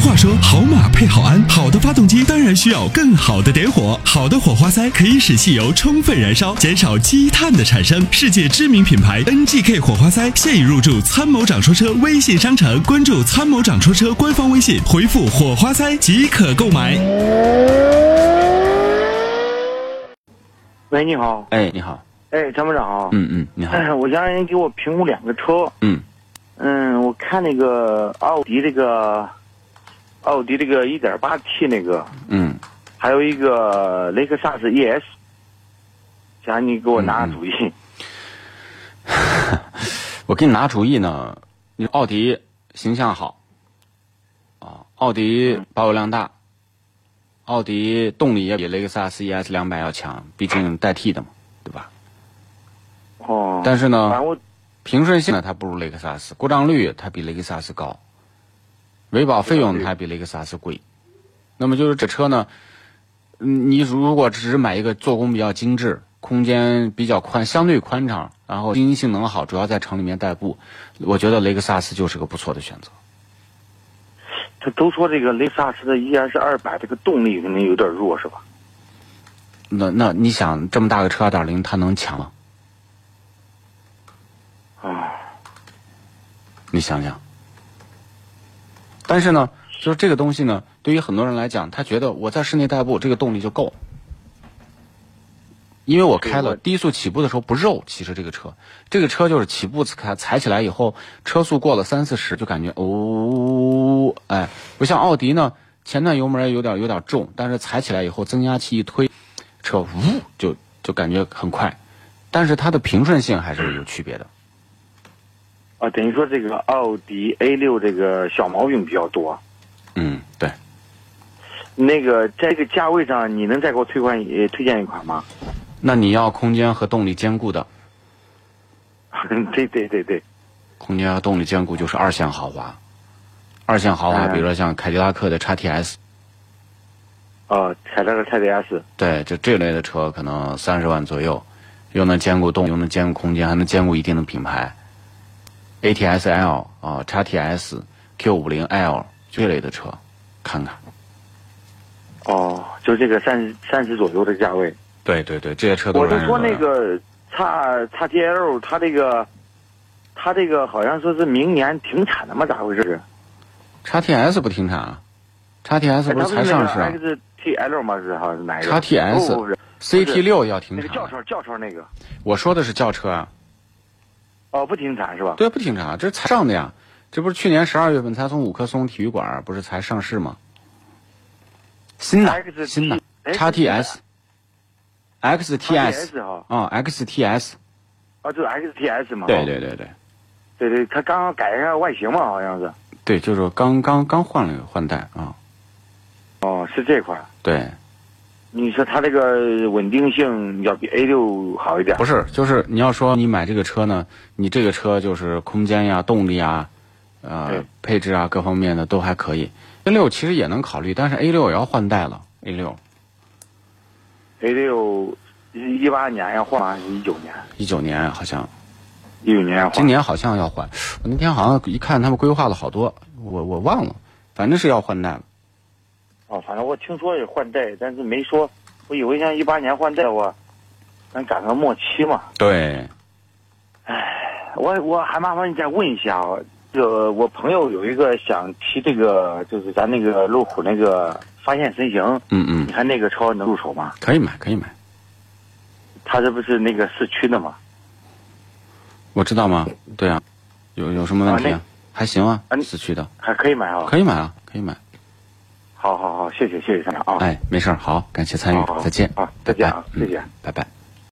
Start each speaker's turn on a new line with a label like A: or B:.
A: 话说，好马配好鞍，好的发动机当然需要更好的点火。好的火花塞可以使汽油充分燃烧，减少积碳的产生。世界知名品牌 NGK 火花塞现已入驻参谋长说车微信商城，关注参谋长说车官方微信，回复“火花塞”即可购买。
B: 喂，你好，
C: 哎，你好，
B: 哎，参谋长好，
C: 嗯嗯，你好，
B: 我想让人给我评估两个车，
C: 嗯
B: 嗯，我看那个奥迪这个，奥迪这个 1.8T 那个，
C: 嗯，
B: 还有一个雷克萨斯 ES，想你给我拿
C: 嗯嗯
B: 主意，
C: 我给你拿主意呢，你奥迪形象好，啊，奥迪保有量大，奥迪动力也比雷克萨斯 ES 两百要强，毕竟代替的嘛，对吧？
B: 哦，
C: 但是
B: 反
C: 呢
B: 正，我
C: 平顺性呢它不如雷克萨斯，故障率它比雷克萨斯高，维保费用呢它比雷克萨斯贵，那么就是这车呢，嗯你如果只买一个做工比较精致、空间比较宽、相对宽敞，然后经济性能好，主要在城里面代步，我觉得雷克萨斯就是个不错的选择。
B: 他都说这个雷克萨斯的 ES 200这个动力可能有点弱是吧？
C: 那那你想，这么大个车二点零，它能强吗？
B: 啊，
C: 你想想。但是呢，就是这个东西呢，对于很多人来讲，他觉得我在室内代步，这个动力就够了。因为我开了低速起步的时候不肉，其实这个车，这个车就是起步踩踩起来以后，车速过了三四十就感觉哦，哎，不像奥迪呢，前段油门有点有点重，但是踩起来以后增压器一推，车呜就就感觉很快，但是它的平顺性还是有区别的。
B: 啊，等于说这个奥迪 A 6这个小毛病比较多，
C: 嗯，对。
B: 那个在这个价位上，你能再给我推款呃推荐一款吗？
C: 那你要空间和动力兼顾的，
B: 对对对对，
C: 空间和动力兼顾就是二线豪华，二线豪华，
B: 嗯
C: 比如说像凯迪拉克的 XTS，
B: 啊，凯迪拉克 XDS，
C: 对，就这类的车可能三十万左右，又能兼顾动力，又能兼顾空间，还能兼顾一定的品牌，ATS L 啊、XTS、Q 5 0 L 这类的车，看看。
B: 哦，就这个三十三十左右的价位。
C: 对对对，这些车都
B: 我
C: 是
B: 就
C: 按
B: 说
C: 人
B: 那
C: 的
B: 个叉叉 GL，它这个，它这个好像说是明年停产的嘛？咋回事？
C: XTS 不停产啊，XTS
B: 哎
C: 不是才上市啊
B: XTL 吗？是还是哪一个
C: XTS
B: 不不不是
C: ，CT 六要停
B: 那个轿
C: 产
B: 车
C: 了，
B: 轿车那个
C: 我说的是轿车啊。
B: 哦，不停产是吧？
C: 对，不停产，这是才上的呀。这不是去年十二月份才从五棵松体育馆儿不是才上市吗？新的
B: XT
C: 新的
B: XT
C: XTS XTS
B: XTS 哈
C: 啊 XTS
B: 啊，就是 XTS 嘛。
C: 对对对对
B: 对对，它刚刚改一下外形嘛，好像是。
C: 对，就是刚刚刚换了个换代啊，
B: 哦，是这款。
C: 对，
B: 你说它这个稳定性要比 A 6好一点
C: 不。是就是你要说你买这个车呢，你这个车就是空间呀、动力啊、呃
B: 对
C: 配置啊各方面的都还可以。A 六其实也能考虑，但是 A 六也要换代了，A 六
B: A 6一八年要换吗？一九年，
C: 一九年好像。
B: 一九年要换。
C: 今年好像要换，我那天好像一看他们规划了好多，我我忘了，反正是要换代了。
B: 哦，反正我听说也换代，但是没说。我以为像一八年换代，我能赶上末期嘛。
C: 对，
B: 我我还麻烦你再问一下啊，这个我朋友有一个想提这个，就是咱那个路虎那个发现神行，
C: 嗯
B: 你
C: 嗯，
B: 看那个车能入手吗？
C: 可以买，可以买，
B: 他这不是那个市区的吗？
C: 我知道吗？对啊，有有什么问题啊
B: 啊？
C: 还行啊
B: 啊，你
C: 四驱的
B: 还可以买啊。
C: 可以买啊，可以买。
B: 好好好，谢谢谢谢厂长啊。
C: 哎，没事儿，好，感谢参与
B: 好好，
C: 再见
B: 好，
C: 拜
B: 再见
C: 拜
B: 啊，
C: 嗯
B: 再见，
C: 拜拜。